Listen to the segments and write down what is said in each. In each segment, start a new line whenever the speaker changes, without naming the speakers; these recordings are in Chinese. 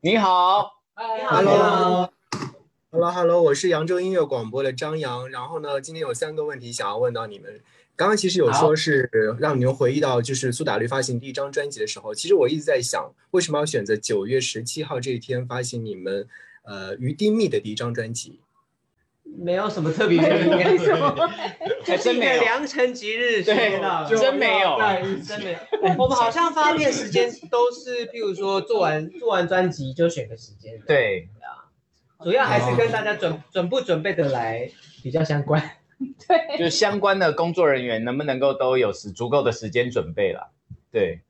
你好，
你好，
Hello，
哎你好
Hello，Hello，我是扬州音乐广播的张扬。然后呢，今天有三个问题想要问到你们。刚刚其实有说是让你们回忆到就是苏打绿发行第一张专辑的时候，其实我一直在想，为什么要选择九月十七号这一天发行你们呃于丁密的第一张专辑？
没有什么特别原因，
为什么？
还真没有，
良辰吉日，
对
天哪
就真没有
在一起真没有。 我们好像发片时间都是，譬如说做完 做完专辑就选个时间，，
对，
主要还是跟大家准准不准备的来比较相关。
就相关的工作人员能不能够都有时足够的时间准备了？对，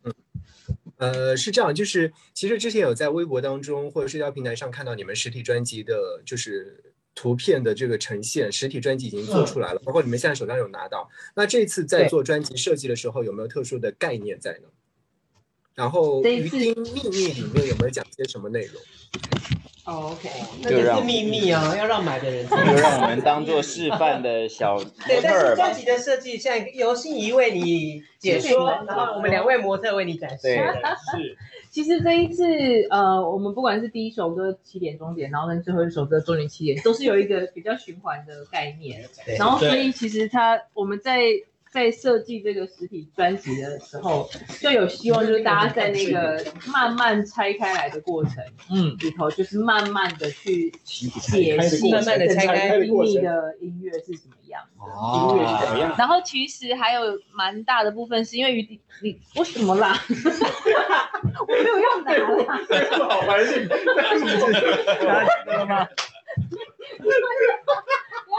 呃，是这样，就是其实之前有在微博当中或者社交平台上看到你们实体专辑的，就是图片的这个呈现，实体专辑已经
嗯
做出来了，包括你们现在手上有拿到。那这次在
对
做专辑设计的时候，有没有特殊的概念在呢？然后《
这
于
次
丁秘密》里面有没有讲些什么内容？
哦，OK，
那
就
个
让
是秘密啊，要让买的人知道。
就让我们当做示范的小模
对，
特
但是
儿
专
吧。
辑的设计，现在由心仪为你解说，然后我们两位模特为你展示。
对
是，
其实这一次，呃，我们不管是第一首歌七点终点，然后跟最后一首歌终点七点，都是有一个比较循环的概念。
对
然后，所以其实它我们在在设计这个实体专辑的时候，就有希望就是大家在那个慢慢拆开来的过程，
嗯，
里头，就是慢慢的去解
开的
析，
过程慢慢地拆开的
音
过程
密的音乐是什么样的。
哦
音乐是什么 样的然后其实还有蛮大的部分是因为于你你为什么啦？我没有要拿啊啦，
好玩是，
要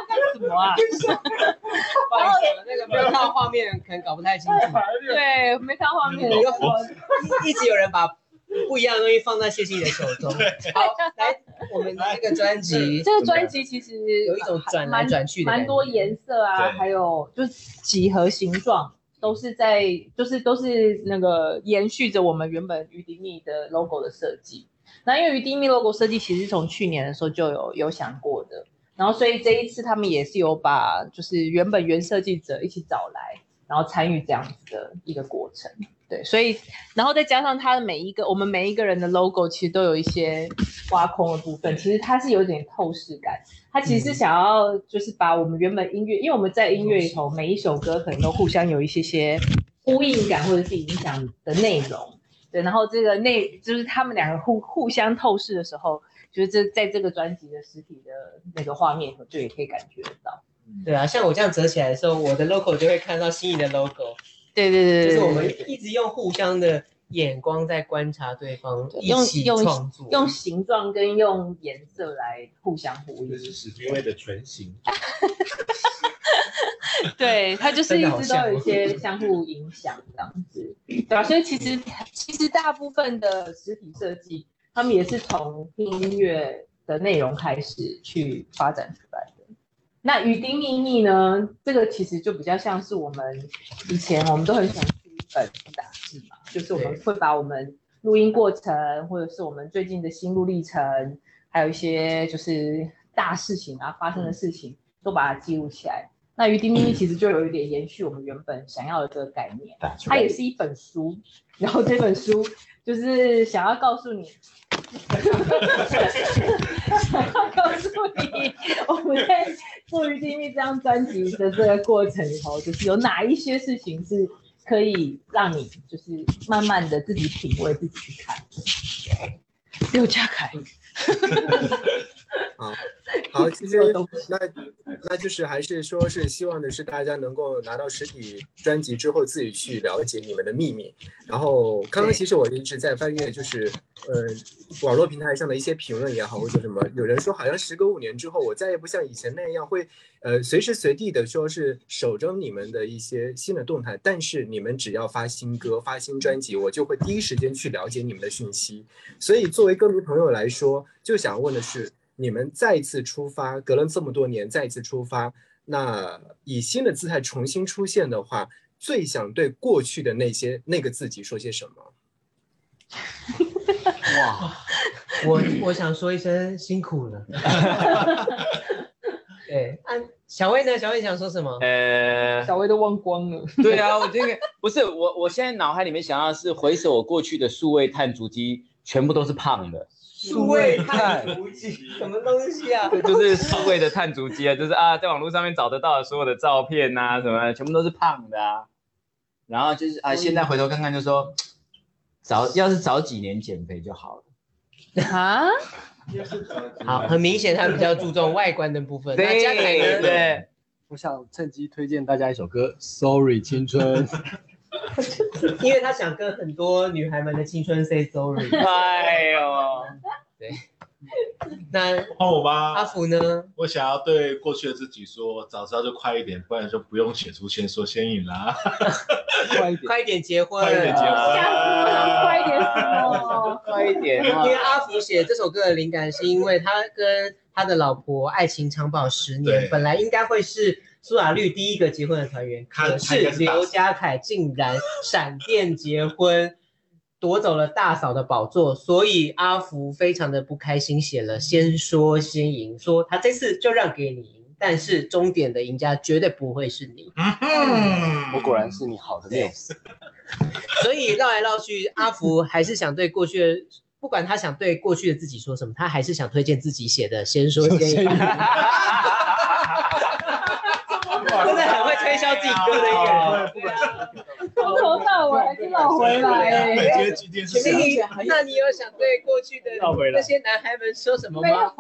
干什么啊？
不好意思那个没有看到画面，可能搞不太清楚。
对，没看画面。
有一一直有人把不一样的东西放在谢欣怡的手中。好，来，我们这个专辑
这个专辑其实
有一种转来
蛮
转去的感觉
蛮多颜色啊，
对
还有就是几何形状，都是在就是都是那个延续着我们原本于迪密的 logo 的设计。那因为于迪密 logo 设计其实从去年的时候就有有想过的，然后所以这一次他们也是有把就是原本原设计者一起找来，然后参与这样子的一个过程。对，所以然后再加上它的每一个，我们每一个人的 logo 其实都有一些挖空的部分，其实它是有点透视感。它其实是想要就是把我们原本音乐，因为我们在音乐里头每一首歌可能都互相有一些些呼应感或者是影响的内容。对，然后这个内就是他们两个互互相透视的时候，就是这在这个专辑的实体的那个画面里头就也可以感觉得到。
对啊，像我这样折起来的时候，我的 logo 就会看到心仪的 logo，
对对对对
就是
对，
我们一直用互相的眼光在观察对方，
对
一
用
起
用
创作，
用形状跟用颜色来互相呼
这
应。
是史君威的全形，
对，它就是
真
一
的好
直都
像
哦
有一些相互影响这样子，对啊，所以其实
嗯
其实大部分的实体设计，他们也是从听音乐的内容开始去发展出来的。那与丁秘密呢，这个其实就比较像是我们以前我们都很喜欢出一本杂志嘛，就是我们会把我们录音过程，或者是我们最近的心路历程，还有一些就是大事情啊发生的事情，都把它记录起来。那于丁秘密其实就有一点延续我们原本想要的这个概念，
啊
它也是一本书，然后这本书就是想要告诉你，想要告诉你，我们在做于丁密这张专辑的这个过程里头，就是有哪一些事情是可以让你就是慢慢的自己品味自己去看。六加凯，
啊， 好，其实
这个都不
那那就是还是说是希望的是大家能够拿到实体专辑之后自己去了解你们的秘密。然后刚刚
对
其实我一直在翻阅，就是呃网络平台上的一些评论也好，或者什么，有人说好像时隔五年之后，我再也不像以前那样会呃随时随地的说是守着你们的一些新的动态，但是你们只要发新歌、发新专辑，我就会第一时间去了解你们的讯息。所以，作为歌迷朋友来说，就想问的是，你们再次出发，隔了这么多年再次出发，那以新的姿态重新出现的话，最想对过去的那些那个自己说些什么？
哇，我我想说一声辛 苦了。 对，啊，小薇呢？小薇想说什么？
呃，
小薇都忘光了。
对啊，我这个不是我，我现在脑海里面想到的是回首我过去的数位碳足迹全部都是胖的，
数位
看
碳足迹，什么东 西啊？
就是数位的碳足迹啊，就是啊，在网络上面找得到的所有的照片呐、什么，全部都是胖的啊。然后就是
嗯
啊，现在回头看看，就说早要是早几年减肥就好了。
啊，
好，很明显他比较注重外观的部分。那
对
嘉凯呢？
对，
我想趁机推荐大家一首歌《Sorry 青春》，
因为他想跟很多女孩们的青春 say sorry。
哎呦，
那
换我
阿
吧。
福呢？
我想要对过去的自己说，早知道就快一点，不然就不用写出先说先赢啦。
快一点，
快一点结婚，
快一点结婚
吓死
呃
了，快一点哦！
快一点
因
啊！
为阿福写这首歌的灵感，是因为他跟他的老婆爱情长跑十年
对，
本来应该会是苏打绿第一个结婚的团员，
他
可是刘家凯竟然闪电结婚，夺走了大嫂的宝座，所以阿福非常的不开心，写了《先说先赢》，说他这次就让给你赢，但是终点的赢家绝对不会是你。
嗯
我果然是你好的料。
所以绕来绕去，阿福还是想对过去的，不管他想对过去的自己说什么，他还是想推荐自己写的《先说先赢》，真的很会推销自己歌的一个人。
从头到尾还是绕回来
对啊
哎
觉得今天是
请问你，那你有想对过去的那些男孩们说什么
没有
吗？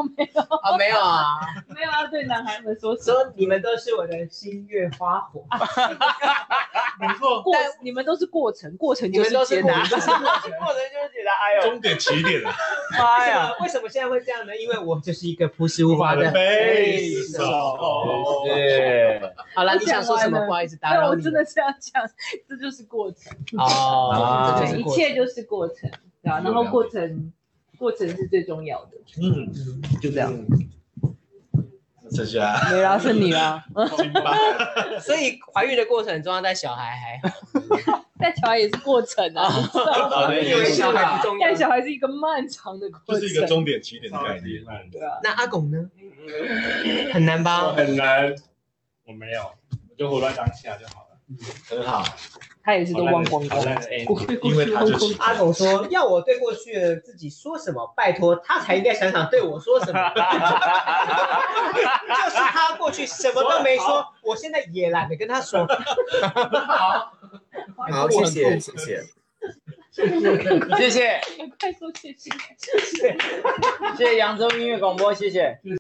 啊，没有啊，
没有要对男孩们说什么，
说你们都是我的星月花火，
没错，
过你们都是过程，过程
哦你
就
们都
接
是过
纳
程，。过程就是解答。哎呦，
终点起点啊，
妈呀，为什么现在会这样呢？因为我就是一个朴实无华的
飞
贝斯
手
手。
哦
是。
好了，你想说什么？
我讲完了
不好意思打
没有，
扰
我
你。
真的是要讲，这就是过程，
哦，
啊
这就是
一
过程
切就是过程，对吧？然后过程，过程是最重要的，
嗯，
就这样。
这下
没啦，是你啊啦，
金巴，
所以怀孕的过程中要带小孩还好，
带小孩也是过程啊，
好的，
因为小孩不重要
带。小孩是一个漫长的过
这
程，
是一个终点起点的概念，
对啊。
那阿拱呢？很难吧？
很难，我没有，我就胡乱当下就好了。
很好，
他也是都忘光光
好。烂的 ending
过去
因为他就
过去
是
阿拱说：“要我对过去的自己说什么？拜托，他才应该想想对我说 什么。就是他过去什么都没说，我现在也懒得跟他说。
好，谢谢谢谢。
谢谢，
快说谢谢。
谢谢扬州音乐广播，谢谢。